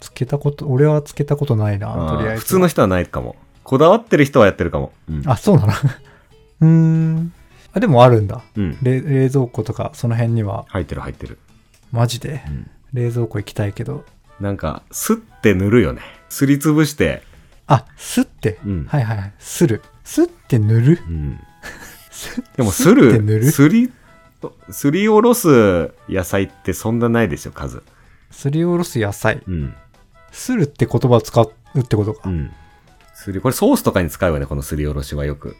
[SPEAKER 2] つけたこと俺はつけたことないなとりあえ
[SPEAKER 1] ー
[SPEAKER 2] ず
[SPEAKER 1] 普通の人はないかも。こだわってる人はやってるかも。うん
[SPEAKER 2] あそうなの うーん。あ、でもあるんだ。
[SPEAKER 1] うん。
[SPEAKER 2] 冷冷蔵庫とかその辺には、
[SPEAKER 1] 入ってる入ってる。
[SPEAKER 2] マジで
[SPEAKER 1] うん
[SPEAKER 2] 冷蔵庫行きたいけど。
[SPEAKER 1] なんか、すって塗るよね。すりつぶして。
[SPEAKER 2] あ、すって。
[SPEAKER 1] うん
[SPEAKER 2] はいはいはい。する。すって塗る。
[SPEAKER 1] うん。
[SPEAKER 2] す
[SPEAKER 1] でも、
[SPEAKER 2] す
[SPEAKER 1] す
[SPEAKER 2] って
[SPEAKER 1] る、
[SPEAKER 2] 塗る。
[SPEAKER 1] すり、すりおろす野菜ってそんなないでしょ、数。
[SPEAKER 2] すりおろす野菜。
[SPEAKER 1] うん。
[SPEAKER 2] するって言葉を使うってことか。
[SPEAKER 1] うん。すり、これソースとかに使うよね、このすりおろしはよく。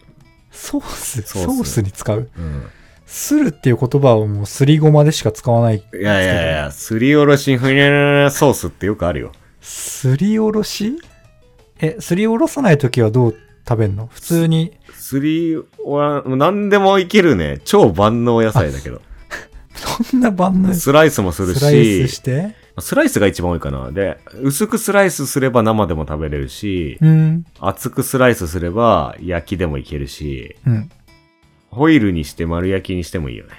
[SPEAKER 2] ソース、ソ
[SPEAKER 1] ソース
[SPEAKER 2] ースに使う。
[SPEAKER 1] うん。
[SPEAKER 2] するっていう言葉をもうすりごまでしか使わない。
[SPEAKER 1] いやいやいや、すりおろしふにゃららソースってよくあるよ。
[SPEAKER 2] すりおろしえ、すりおろさないときはどう食べんの普通に、
[SPEAKER 1] すりおら、何でもいけるね。超万能野菜だけど。
[SPEAKER 2] そんな万能ス
[SPEAKER 1] スライスもするし、
[SPEAKER 2] ライスして。
[SPEAKER 1] スライスが一番多いかな。で、薄くスライスすれば生でも食べれるし、
[SPEAKER 2] うん。
[SPEAKER 1] 厚くスライスすれば焼きでもいけるし、
[SPEAKER 2] うん。
[SPEAKER 1] ホイルにして丸焼きにしてもいいよね。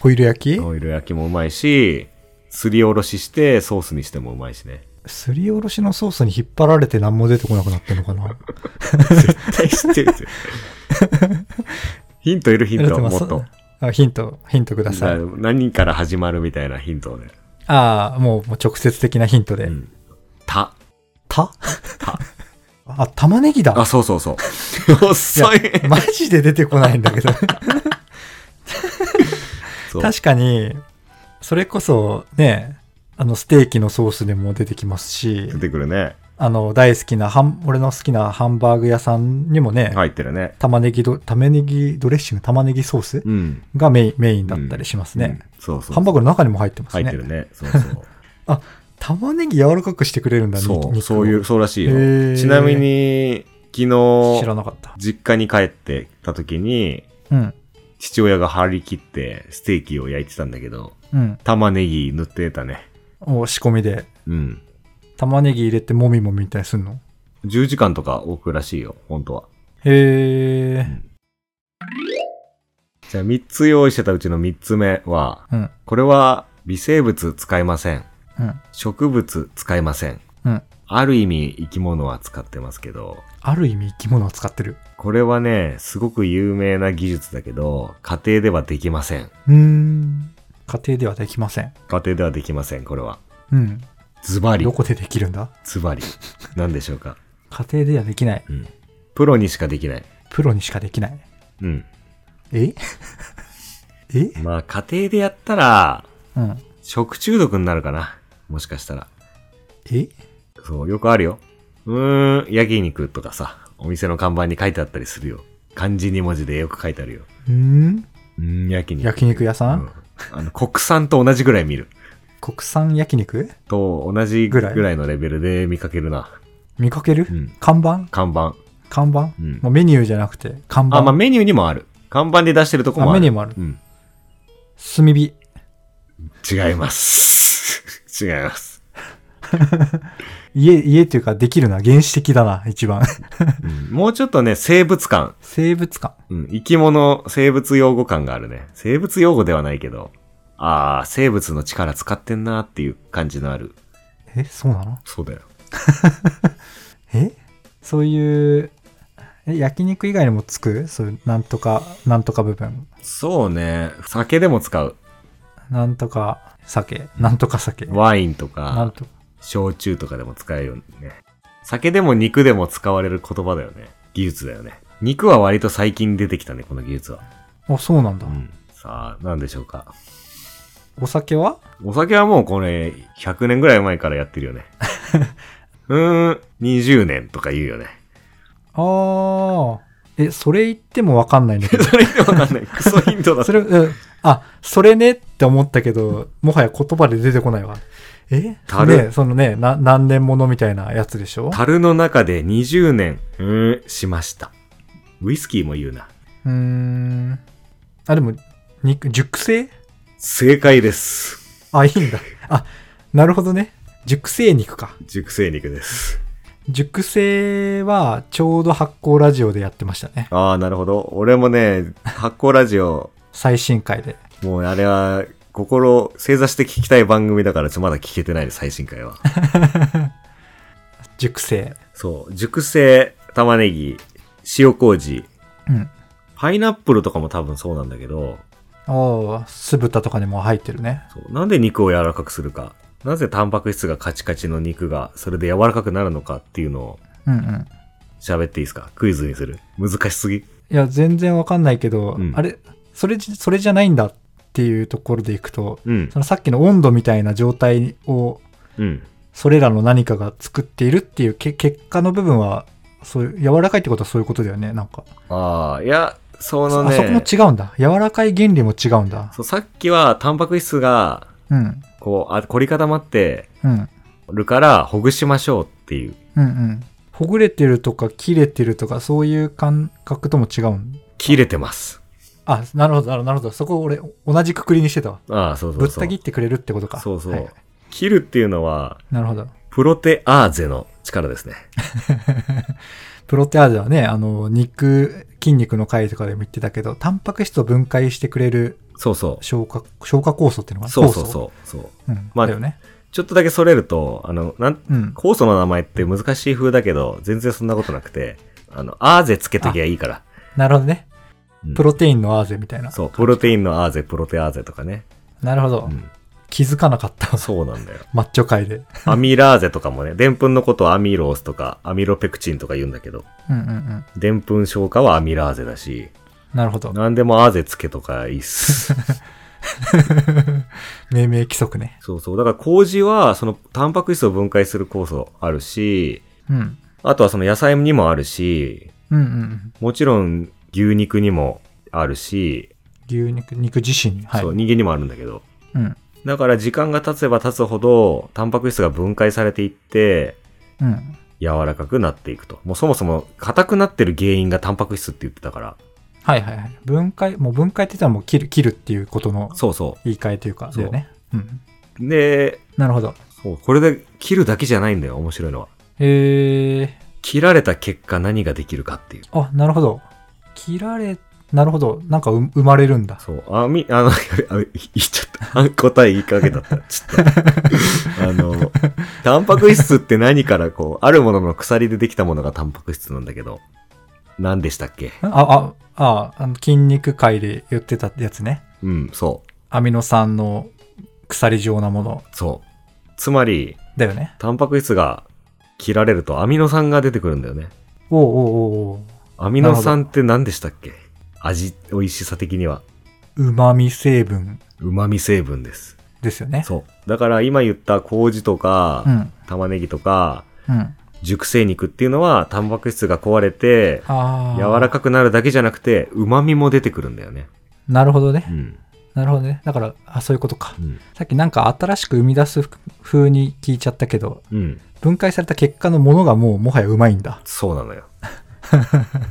[SPEAKER 2] ホイル焼き
[SPEAKER 1] ホイル焼きもうまいし、すりおろししてソースにしてもうまいしね。
[SPEAKER 2] すりおろしのソースに引っ張られて何も出てこなくなってんのかな
[SPEAKER 1] 絶対知ってるぜヒントいるヒン
[SPEAKER 2] だ
[SPEAKER 1] ト、
[SPEAKER 2] てまあ
[SPEAKER 1] も
[SPEAKER 2] そ
[SPEAKER 1] っと。
[SPEAKER 2] あヒント、ヒントください。
[SPEAKER 1] 何から始まるみたいなヒントをね。
[SPEAKER 2] ああ、もうもう直接的なヒントで。
[SPEAKER 1] うん。た。
[SPEAKER 2] た あ、玉ねぎだ
[SPEAKER 1] あ、。そうそうそう。遅い。
[SPEAKER 2] マジで出てこないんだ けど。
[SPEAKER 1] そう
[SPEAKER 2] 確かに、それこそね、あの、ステーキのソースでも出てきますし
[SPEAKER 1] 出、てくるね。
[SPEAKER 2] あの、大好きなハン、俺の好きなハンバーグ屋さんにもね、
[SPEAKER 1] 入ってるね。
[SPEAKER 2] 玉ねぎど、玉ねぎドレッシング、玉ねぎソース
[SPEAKER 1] うん。
[SPEAKER 2] がメインメインだったりしますね。
[SPEAKER 1] うん。そうそう。
[SPEAKER 2] ハンバーグの中にも入ってます
[SPEAKER 1] 入
[SPEAKER 2] ね。
[SPEAKER 1] ってるね。そう そう。
[SPEAKER 2] 玉ねぎ柔らかくしてくれるんだね。
[SPEAKER 1] そ
[SPEAKER 2] 肉
[SPEAKER 1] う、
[SPEAKER 2] を
[SPEAKER 1] そういう、そうらしい
[SPEAKER 2] へー
[SPEAKER 1] よ。ちなみに、昨
[SPEAKER 2] 知ら
[SPEAKER 1] 日、
[SPEAKER 2] なかった。
[SPEAKER 1] 実家に帰ってた時に、
[SPEAKER 2] うん。
[SPEAKER 1] 父親が張り切ってステーキを焼いてたんだけど、
[SPEAKER 2] うん。
[SPEAKER 1] 玉ねぎ塗ってたね。
[SPEAKER 2] お仕込みで、
[SPEAKER 1] うん。
[SPEAKER 2] 玉ねぎ入れてもみもみみたいにすんの
[SPEAKER 1] 10時間とか置くらしいよ、本当は。
[SPEAKER 2] へえ。
[SPEAKER 1] じゃあ3つ用意してたうちの3つ目は、
[SPEAKER 2] うん。
[SPEAKER 1] これは微生物使いません。
[SPEAKER 2] うん。
[SPEAKER 1] 植物使いません。
[SPEAKER 2] うん。
[SPEAKER 1] ある意味生き物は使ってますけど、
[SPEAKER 2] ある意味生き物を使ってる。
[SPEAKER 1] これはね、すごく有名な技術だけど、家庭ではできません。
[SPEAKER 2] うーん。家庭ではできません。
[SPEAKER 1] 家庭ではできません、これは。
[SPEAKER 2] うん。
[SPEAKER 1] ズバリ
[SPEAKER 2] ど。こでできるんだ
[SPEAKER 1] ズバリ。何でしょうか。
[SPEAKER 2] 家庭ではできない。
[SPEAKER 1] うん。プロにしかできない。
[SPEAKER 2] プロにしかできない。
[SPEAKER 1] うん。
[SPEAKER 2] ええ
[SPEAKER 1] まあ、家庭でやったら、
[SPEAKER 2] うん。
[SPEAKER 1] 食中毒になるかな。もしかしたら。
[SPEAKER 2] え
[SPEAKER 1] そう、よくあるよ。うーん、焼き肉とかさ、お店の看板に書いてあったりするよ。漢字2文字でよく書いてあるよ。
[SPEAKER 2] うん
[SPEAKER 1] うーん、焼き肉。
[SPEAKER 2] 焼肉屋さん、
[SPEAKER 1] うんあの、国産と同じぐらい見る。
[SPEAKER 2] 国産焼肉
[SPEAKER 1] と同じ
[SPEAKER 2] ぐ
[SPEAKER 1] ぐ
[SPEAKER 2] らい
[SPEAKER 1] らいのレベルで見かけるな。
[SPEAKER 2] 見かける、
[SPEAKER 1] うん。
[SPEAKER 2] 看板
[SPEAKER 1] 看板。
[SPEAKER 2] 看板、
[SPEAKER 1] うん
[SPEAKER 2] もうメニューじゃなくて、看板。
[SPEAKER 1] あ、まあメニューにもある。看板で出してるとこもあ
[SPEAKER 2] あ
[SPEAKER 1] る。
[SPEAKER 2] メニューもある。
[SPEAKER 1] うん。
[SPEAKER 2] 炭火。
[SPEAKER 1] 違います。 違います。
[SPEAKER 2] 家、家というかできるな。原始的だな、一番。
[SPEAKER 1] うんもうちょっとね、生物感。
[SPEAKER 2] 生物感。
[SPEAKER 1] うん。生き物、生物用語感があるね。生物用語ではないけど。ああ、生物の力使ってんなっていう感じのある。
[SPEAKER 2] え、そうなの
[SPEAKER 1] そうだよ。
[SPEAKER 2] えそういう、え、焼肉以外にもつくそういう、なんとか、なんとか部分。
[SPEAKER 1] そうね。酒でも使う。
[SPEAKER 2] なんとか酒。なんとか酒。
[SPEAKER 1] ワインと
[SPEAKER 2] なん
[SPEAKER 1] か、
[SPEAKER 2] とか。
[SPEAKER 1] 焼酎とかでも使えるよね。酒でも肉でも使われる言葉だよね。技術だよね。肉は割と最近出てきたね、この技術は。
[SPEAKER 2] あ、そうなんだ。
[SPEAKER 1] うん。さあ、なんでしょうか。
[SPEAKER 2] お酒は
[SPEAKER 1] お酒はもうこれ、100年ぐらい前からやってる よね。うーん、20年とか言うよね。
[SPEAKER 2] あー。え、それ言ってもわかんないん だけど。
[SPEAKER 1] それでもなんない。クソヒントだ
[SPEAKER 2] そ。れ、うん。あ、それねって思ったけど、もはや言葉で出てこないわ。え
[SPEAKER 1] たる
[SPEAKER 2] ね、そのね、な、何年ものみたいなやつでしょ
[SPEAKER 1] 樽の中で20年、うーん、しました。ウイスキーも言うな。
[SPEAKER 2] うーん。あ、でも、肉、熟成
[SPEAKER 1] 正解です。
[SPEAKER 2] あ、いいんだ。あ、なるほどね。熟成肉か。
[SPEAKER 1] 熟成肉です。
[SPEAKER 2] 熟成は、ちょうど発酵ラジオでやってましたね。
[SPEAKER 1] ああ、なるほど。俺もね、発酵ラジオ、
[SPEAKER 2] 最新回で。
[SPEAKER 1] もうあれは、心、正座して聞きたい番組だから、ちょっとまだ聞けてないね、最新回は。
[SPEAKER 2] 熟成。
[SPEAKER 1] そう、熟成、玉ねぎ、塩麹、
[SPEAKER 2] うん。
[SPEAKER 1] パイナップルとかも多分そうなんだけど、
[SPEAKER 2] おー酢豚とかにも入ってるね。
[SPEAKER 1] そうなんで肉を柔らかくするか。なぜタンパク質がカチカチの肉が、それで柔らかくなるのかっていうのを
[SPEAKER 2] うんうん。
[SPEAKER 1] 喋っていいですかクイズにする。難しすぎ
[SPEAKER 2] いや、全然わかんないけど、
[SPEAKER 1] うん
[SPEAKER 2] あれ、それじ、それじゃないんだっていうところでいくと、
[SPEAKER 1] うん。
[SPEAKER 2] そのさっきの温度みたいな状態を、
[SPEAKER 1] うん。
[SPEAKER 2] それらの何かが作っているっていうけ結果の部分は、そういう、柔らかいってことはそういうことだよね、なんか。
[SPEAKER 1] ああ、いや、その
[SPEAKER 2] あそこも
[SPEAKER 1] ね、
[SPEAKER 2] 違うんだ。柔らかい原理も違うんだ。
[SPEAKER 1] そうさっきはタンパク質が、
[SPEAKER 2] うん。
[SPEAKER 1] こう、あ凝り固まって
[SPEAKER 2] うん。
[SPEAKER 1] るから、ほぐしましょうっていう。
[SPEAKER 2] うんうん。ほぐれてるとか切れてるとかそういう感覚とも違うん
[SPEAKER 1] 切れてます。
[SPEAKER 2] あ、なるほど、なるほどなるほど。そこ俺同じくくりにしてたわ。
[SPEAKER 1] ああ、そうそうそう。
[SPEAKER 2] ぶった切ってくれるってことか。
[SPEAKER 1] そうそう、
[SPEAKER 2] はいはい
[SPEAKER 1] 切るっていうのは、
[SPEAKER 2] なるほど。
[SPEAKER 1] プロテアーゼの力ですね。
[SPEAKER 2] プロテアーゼはね、あの、肉、筋肉の回とかでも言ってたけど、タンパク質を分解してくれる
[SPEAKER 1] そうそ
[SPEAKER 2] 消化、消化酵素っていう
[SPEAKER 1] う。
[SPEAKER 2] のが
[SPEAKER 1] そうそうそうそう。
[SPEAKER 2] う。うん。
[SPEAKER 1] まあ
[SPEAKER 2] だよね。
[SPEAKER 1] ちょっとだけそれると、あの、なん、
[SPEAKER 2] うん。
[SPEAKER 1] 酵素の名前って難しい風だけど、全然そんなことなくて、あの、アーゼつけときゃいいから。
[SPEAKER 2] なるほどね
[SPEAKER 1] うん。
[SPEAKER 2] プロテインのアーゼみたいな。
[SPEAKER 1] そう、プロテインのアーゼ、プロテアーゼとかね。
[SPEAKER 2] なるほど
[SPEAKER 1] う。ん。
[SPEAKER 2] 気づかなかった。
[SPEAKER 1] そうなんだよ。
[SPEAKER 2] マッチョ界で。
[SPEAKER 1] アミラーゼとかもね、でんぷんのことをアミロースとか、アミロペクチンとか言うんだけど、
[SPEAKER 2] うんうんうん。
[SPEAKER 1] でんぷん消化はアミラーゼだし、
[SPEAKER 2] なるほど。
[SPEAKER 1] なんでもアーゼつけとかいいっ す。
[SPEAKER 2] 命名規則ね。
[SPEAKER 1] そうそう。だから麹は、その、タンパク質を分解する酵素あるし、
[SPEAKER 2] うん。
[SPEAKER 1] あとはその野菜にもあるし、
[SPEAKER 2] うんうん。
[SPEAKER 1] もちろん牛肉にもあるし、
[SPEAKER 2] 牛肉、肉自身に。はい。
[SPEAKER 1] そう、
[SPEAKER 2] う
[SPEAKER 1] 人間にもあるんだけど。
[SPEAKER 2] ん。
[SPEAKER 1] だから時間が経つば経つほど、タンパク質が分解されていって、
[SPEAKER 2] うん。
[SPEAKER 1] 柔らかくなっていくと。もうそもそも硬くなってる原因がタンパク質って言ってたから。
[SPEAKER 2] はいはいはい。分解、もう分解って言ったらもう切る、切るっていうことの
[SPEAKER 1] そうそ
[SPEAKER 2] 言い換えというか、
[SPEAKER 1] そう
[SPEAKER 2] だよね。うん。
[SPEAKER 1] う。で、
[SPEAKER 2] なるほど。
[SPEAKER 1] そうこれで切るだけじゃないんだよ、面白いのは。
[SPEAKER 2] えー、
[SPEAKER 1] 切られた結果何ができるかっていう。
[SPEAKER 2] あ、なるほど。切られ、なるほど。なんかう生まれるんだ。
[SPEAKER 1] そう、あみ、あの、や べあ言っちゃった。答え言いかけだった。ちょっ と。あの、タンパク質って何からこう、あるものの鎖でできたものがタンパク質なんだけど、何でしたっけ
[SPEAKER 2] あ、あ、あ、あの筋肉界で言ってたやつね。
[SPEAKER 1] うん、そう、
[SPEAKER 2] アミノ酸の鎖状なもの
[SPEAKER 1] そう。つまり、
[SPEAKER 2] だよね。
[SPEAKER 1] タンパク質が切られるとアミノ酸が出てくるんだよね。
[SPEAKER 2] おうおうおうおう。
[SPEAKER 1] アミノ酸って何でしたっけ味、美味しさ的には。
[SPEAKER 2] うまみ成分
[SPEAKER 1] 旨味成分です。
[SPEAKER 2] ですよね。
[SPEAKER 1] そう。だから今言った麹とか、
[SPEAKER 2] ん。
[SPEAKER 1] 玉ねぎとか、
[SPEAKER 2] うん。
[SPEAKER 1] 熟成肉っていうのは、タンパク質が壊れて、
[SPEAKER 2] ああ。
[SPEAKER 1] 柔らかくなるだけじゃなくて、旨味も出てくるんだよね。
[SPEAKER 2] なるほどね
[SPEAKER 1] う。ん。
[SPEAKER 2] なるほどね。だから、あ、そういうことか
[SPEAKER 1] う。ん。
[SPEAKER 2] さっきなんか新しく生み出す風に聞いちゃったけど、
[SPEAKER 1] うん。
[SPEAKER 2] 分解された結果のものがもうもはやうまいんだ。
[SPEAKER 1] そうなの よ。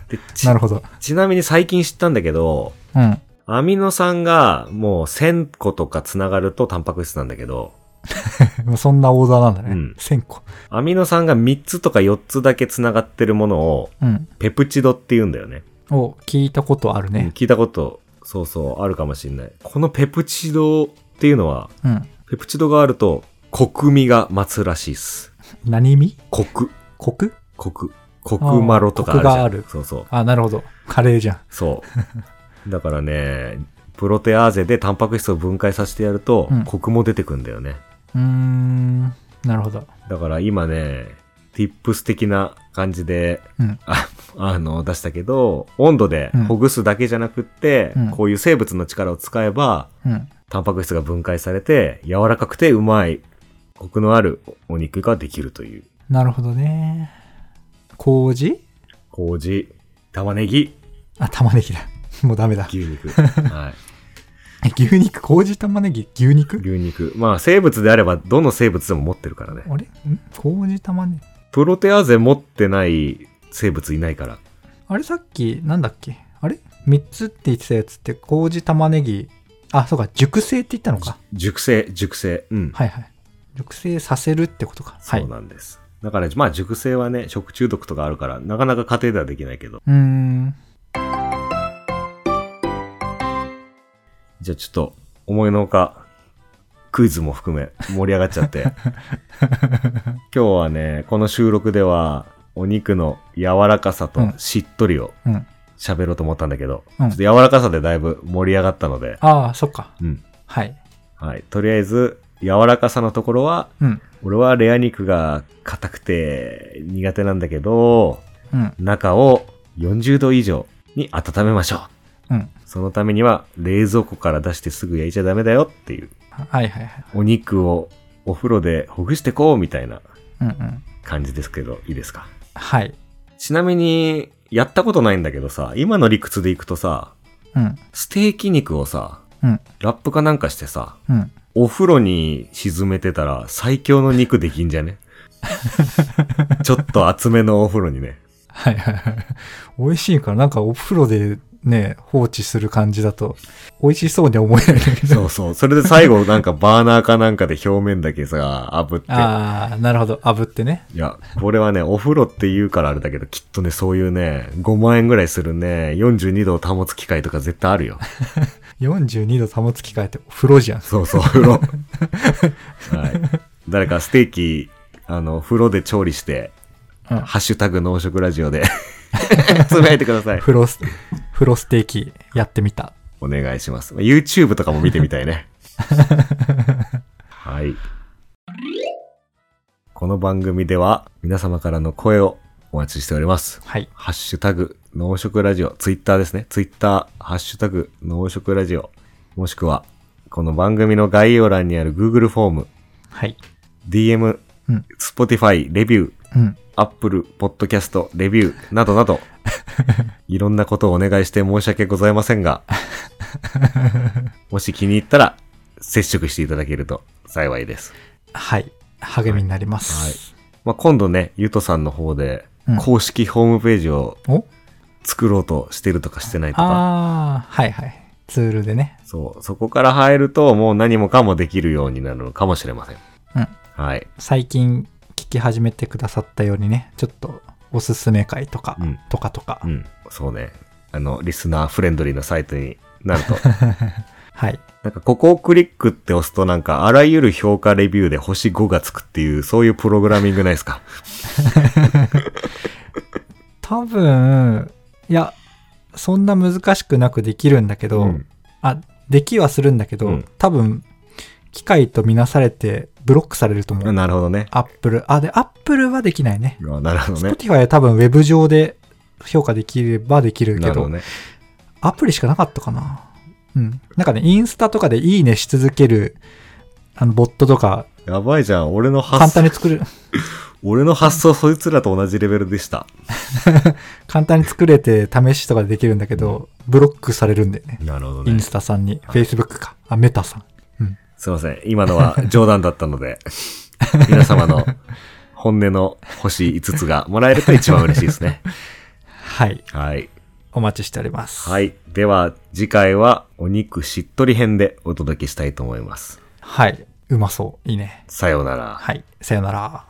[SPEAKER 1] でち
[SPEAKER 2] なるほど。
[SPEAKER 1] ちなみに最近知ったんだけど、
[SPEAKER 2] うん。
[SPEAKER 1] アミノ酸がもう1000個とか繋がるとタンパク質なんだけど、
[SPEAKER 2] も うそんなオーダーなんだね。
[SPEAKER 1] うん
[SPEAKER 2] 1000個。
[SPEAKER 1] アミノ酸が3つとか4つだけ繋がってるものを、
[SPEAKER 2] うん。
[SPEAKER 1] ペプチドって言うんだよね。
[SPEAKER 2] を聞いたことある
[SPEAKER 1] うん
[SPEAKER 2] ね。
[SPEAKER 1] 聞いたこと、そうそう、あるかもしれない。このペプチドっていうのは、
[SPEAKER 2] うん。
[SPEAKER 1] ペプチドがあると、コクミが待つらしいっす。
[SPEAKER 2] 何味
[SPEAKER 1] コク、
[SPEAKER 2] コク
[SPEAKER 1] コク、コクマロとかあるじゃん。
[SPEAKER 2] あーコクがある
[SPEAKER 1] そうそう。
[SPEAKER 2] あ、なるほど。カレーじゃん。
[SPEAKER 1] そう。だからね、プロテアーゼでタンパク質を分解させてやると、
[SPEAKER 2] うん
[SPEAKER 1] コクも出てくんだよね。
[SPEAKER 2] うーん。なるほど。
[SPEAKER 1] だから今ね、ティップス的な感じで、
[SPEAKER 2] うん。
[SPEAKER 1] ああの、出したけど、温度でほぐすだけじゃなくって、
[SPEAKER 2] うん
[SPEAKER 1] こういう生物の力を使えば、
[SPEAKER 2] うん。
[SPEAKER 1] タンパク質が分解されて、柔らかくてうまい、コクのあるお肉ができるという。
[SPEAKER 2] なるほどね。麹
[SPEAKER 1] 麹、玉ねぎ、
[SPEAKER 2] あ、玉ねぎだ。もうダメだ。
[SPEAKER 1] 牛 肉。はい。
[SPEAKER 2] 牛肉、麹玉ねぎ、牛肉
[SPEAKER 1] 牛肉。まあ、生物であれば、どの生物でも持ってるからね。
[SPEAKER 2] あれん麹玉ねぎ。
[SPEAKER 1] プロテアーゼ持ってない生物いないから。
[SPEAKER 2] あれさっき、なんだっけあれ ?3 つって言ってたやつって、麹、玉ねぎ、あ、そうか、熟成って言ったのか。
[SPEAKER 1] 熟成、熟成。うん。
[SPEAKER 2] はいはい。熟成させるってことか。は
[SPEAKER 1] そ。
[SPEAKER 2] いう
[SPEAKER 1] なんです。だから、まあ、熟成はね、食中毒とかあるから、なかなか家庭ではできないけど。
[SPEAKER 2] うーん。
[SPEAKER 1] じゃあ、ちょっと、思いのほか、クイズも含め、盛り上がっちゃって。 今日はね、この収録では、お肉の柔らかさ
[SPEAKER 2] う
[SPEAKER 1] と
[SPEAKER 2] ん
[SPEAKER 1] しっとりを
[SPEAKER 2] うん。
[SPEAKER 1] 喋ろうと思ったんだけど、
[SPEAKER 2] うん
[SPEAKER 1] ちょっと柔らかさでだいぶ盛り上がったので、
[SPEAKER 2] ああ、そっか。
[SPEAKER 1] うん。
[SPEAKER 2] はい。
[SPEAKER 1] はい。とりあえず、柔らかさのところは、
[SPEAKER 2] うん。
[SPEAKER 1] 俺はレア肉が硬くて苦手なんだけど、
[SPEAKER 2] うん。
[SPEAKER 1] 中を40度以上に温めましょう。
[SPEAKER 2] うん。
[SPEAKER 1] そのためには冷蔵庫から出してすぐ焼いちゃダメだよっていう。
[SPEAKER 2] はいはいはい。
[SPEAKER 1] お肉をお風呂でほぐしてこうみたいな
[SPEAKER 2] うんうん。
[SPEAKER 1] 感じですけど、いいですか。
[SPEAKER 2] はい。
[SPEAKER 1] ちなみに、やったことないんだけどさ、今の理屈でいくとさ、
[SPEAKER 2] うん。
[SPEAKER 1] ステーキ肉をさ、
[SPEAKER 2] うん。
[SPEAKER 1] ラップかなんかしてさ、
[SPEAKER 2] うん。
[SPEAKER 1] お風呂に沈めてたら最強の肉できんじゃ ねちょっと厚めのお風呂にね。
[SPEAKER 2] はいはいはい。美味しいから、なんかお風呂でね、放置する感じだと、美味しそうには思えないんだ けど。
[SPEAKER 1] そうそう。それで最後なんかバーナーかなんかで表面だけさ、炙って。
[SPEAKER 2] ああ、なるほど。炙ってね。
[SPEAKER 1] いや、これはね、お風呂って言うからあれだけど、きっとね、そういうね、5万円ぐらいするね、42度を保つ機械とか絶対あるよ。
[SPEAKER 2] 42度保つ機械ってお風呂じゃん。
[SPEAKER 1] そうそう、風 呂。はい。誰かステーキ、あの、風呂で調理して、
[SPEAKER 2] うん
[SPEAKER 1] ハッシュタグ農食ラジオで、 つぶやいてください。
[SPEAKER 2] 風呂ス、風呂ステーキやってみた。
[SPEAKER 1] お願いします。まあ YouTube とかも見てみたい ね。はい。この番組では、皆様からの声をお待ちしております。
[SPEAKER 2] はい。
[SPEAKER 1] ハッシュタグ、農食ラジオ、ツイッターですね。ツイッター、ハッシュタグ、農食ラジオ、もしくは、この番組の概要欄にある Google フォーム、
[SPEAKER 2] はい。
[SPEAKER 1] DM、
[SPEAKER 2] うん
[SPEAKER 1] Spotify、レビュー、
[SPEAKER 2] うん。
[SPEAKER 1] Apple、Podcast、レビュー、などな ど、いろんなことをお願いして申し訳ございません が、もし気に入ったら、接触していただけると幸いです。
[SPEAKER 2] はい。励みになります。
[SPEAKER 1] まあ、今度ね、ゆとさんの方で
[SPEAKER 2] うん、
[SPEAKER 1] 公式ホームページを
[SPEAKER 2] お
[SPEAKER 1] 作ろうとしてるとかしてないとか、
[SPEAKER 2] ああ、はいはい。ツールでね。
[SPEAKER 1] そう、そこから入るともう何もかもできるようになるのかもしれません。
[SPEAKER 2] うん
[SPEAKER 1] はい。
[SPEAKER 2] 最近聞き始めてくださったようにね、ちょっとおすすめ会とか、
[SPEAKER 1] うん
[SPEAKER 2] とかとか、
[SPEAKER 1] うん。そうね。あの、リスナーフレンドリーなサイトになると。
[SPEAKER 2] はい。
[SPEAKER 1] なんかここをクリックって押すとなんかあらゆる評価レビューで星5がつくっていう、そういうプログラミングないです か。
[SPEAKER 2] 多分、いや、そんな難しくなくできるんだけど、
[SPEAKER 1] うん
[SPEAKER 2] あ、できはするんだけど、
[SPEAKER 1] うん
[SPEAKER 2] 多分、機械とみなされてブロックされると思う。
[SPEAKER 1] なるほどね。
[SPEAKER 2] アップル。あ、で、アップルはできないね。
[SPEAKER 1] あなるほどね。
[SPEAKER 2] Spotify は多分ウェブ上で評価できればできる
[SPEAKER 1] な
[SPEAKER 2] け
[SPEAKER 1] るほ
[SPEAKER 2] ど、
[SPEAKER 1] どね。
[SPEAKER 2] アプリしかなかったかな。うん。なんかね、インスタとかでいいねし続ける、あの、ボットとか、
[SPEAKER 1] やばいじゃん。俺の
[SPEAKER 2] 簡
[SPEAKER 1] 発
[SPEAKER 2] 単
[SPEAKER 1] 想、
[SPEAKER 2] に作る、
[SPEAKER 1] 俺の発想そいつらと同じレベルでした。
[SPEAKER 2] 簡単に作れて試しとかでできるんだけど、ブロックされるんだよね。
[SPEAKER 1] なるほど
[SPEAKER 2] イン
[SPEAKER 1] ね。
[SPEAKER 2] スタさんに、Facebook か。あ、メタさん。
[SPEAKER 1] すいません。今のは冗談だったので、 皆様の本音の星5つがもらえると一番嬉しいです ね。
[SPEAKER 2] はい。
[SPEAKER 1] はい。
[SPEAKER 2] お待ちしております。
[SPEAKER 1] はい。では、次回はお肉しっとり編でお届けしたいと思います。
[SPEAKER 2] はい。うまそう。いいね。
[SPEAKER 1] さようなら。
[SPEAKER 2] はい。さよなら。